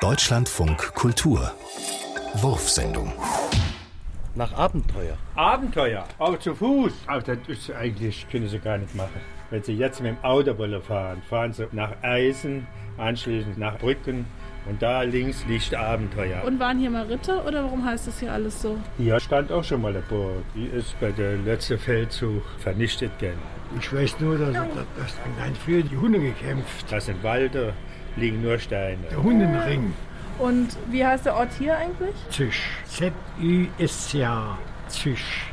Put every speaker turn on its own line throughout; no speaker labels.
Deutschlandfunk Kultur. Wurfsendung.
Nach Abenteuer.
Abenteuer, auch zu Fuß. Aber das ist eigentlich, können sie gar nicht machen. Wenn sie jetzt mit dem Auto wollen fahren, fahren sie nach Eisen, anschließend nach Brücken und da links liegt Abenteuer.
Und waren hier mal Ritter oder warum heißt das hier alles so?
Hier stand auch schon mal eine Burg. Die ist bei der letzten Feldzug vernichtet worden.
Ich weiß nur, dass, dass nein, früher die Hunde gekämpft.
Das sind Walde, liegen nur Steine.
Der Hundenring.
Und wie heißt der Ort hier eigentlich?
Zisch. Z-Ü-S-C-H. Zisch.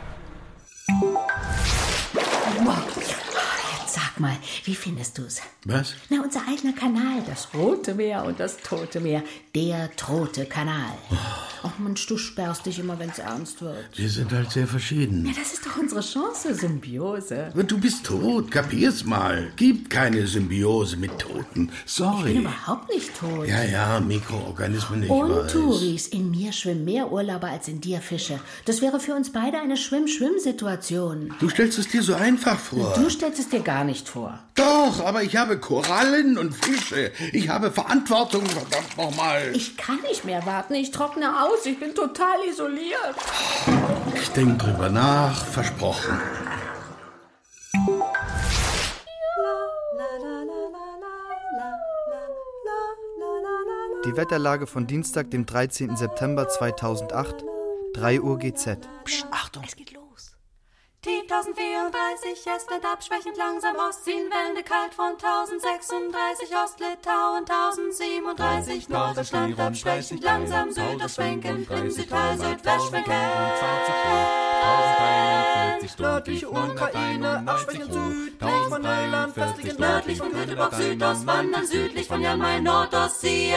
Ah, Jetzt sag mal, wie findest du's?
Was?
Na, unser eigener Kanal, das Rote Meer und das Tote Meer. Der Tote Kanal.
Oh.
Och Mensch, du sperrst dich immer, wenn's ernst wird.
Wir sind halt sehr verschieden.
Ja, das ist doch unsere Chance, Symbiose.
Aber du bist tot, kapier's mal. Gibt keine Symbiose mit Toten.
Ich bin
Sorry.
überhaupt nicht tot.
Ja, ja, Mikroorganismen, ich
Und
weiß.
Touris, in mir schwimmen mehr Urlauber als in dir Fische. Das wäre für uns beide eine Schwimm-Schwimm-Situation.
Du stellst es dir so einfach vor.
Du stellst es dir gar nicht vor.
Doch, aber ich habe Korallen und Fische. Ich habe Verantwortung, verdammt nochmal.
Ich kann nicht mehr warten, ich trockne aus, ich bin total isoliert.
Ich denk drüber nach, versprochen.
Die Wetterlage von Dienstag, dem 13. September 2008, 3 Uhr GZ.
Es geht los. Die 1034 Estland abschwächend langsam Ostziehen, Wände kalt von 1036 Ostlitauen, 1037 Norddeutschland abschwächend langsam Süder schwenken, im Südtal südwest schwenken. Nördlich Ukraine, abschwächend südlich von Mailand, festlich nördlich von Göteborg, Südost wandern, südlich von Jan Mayen, Nordostsee.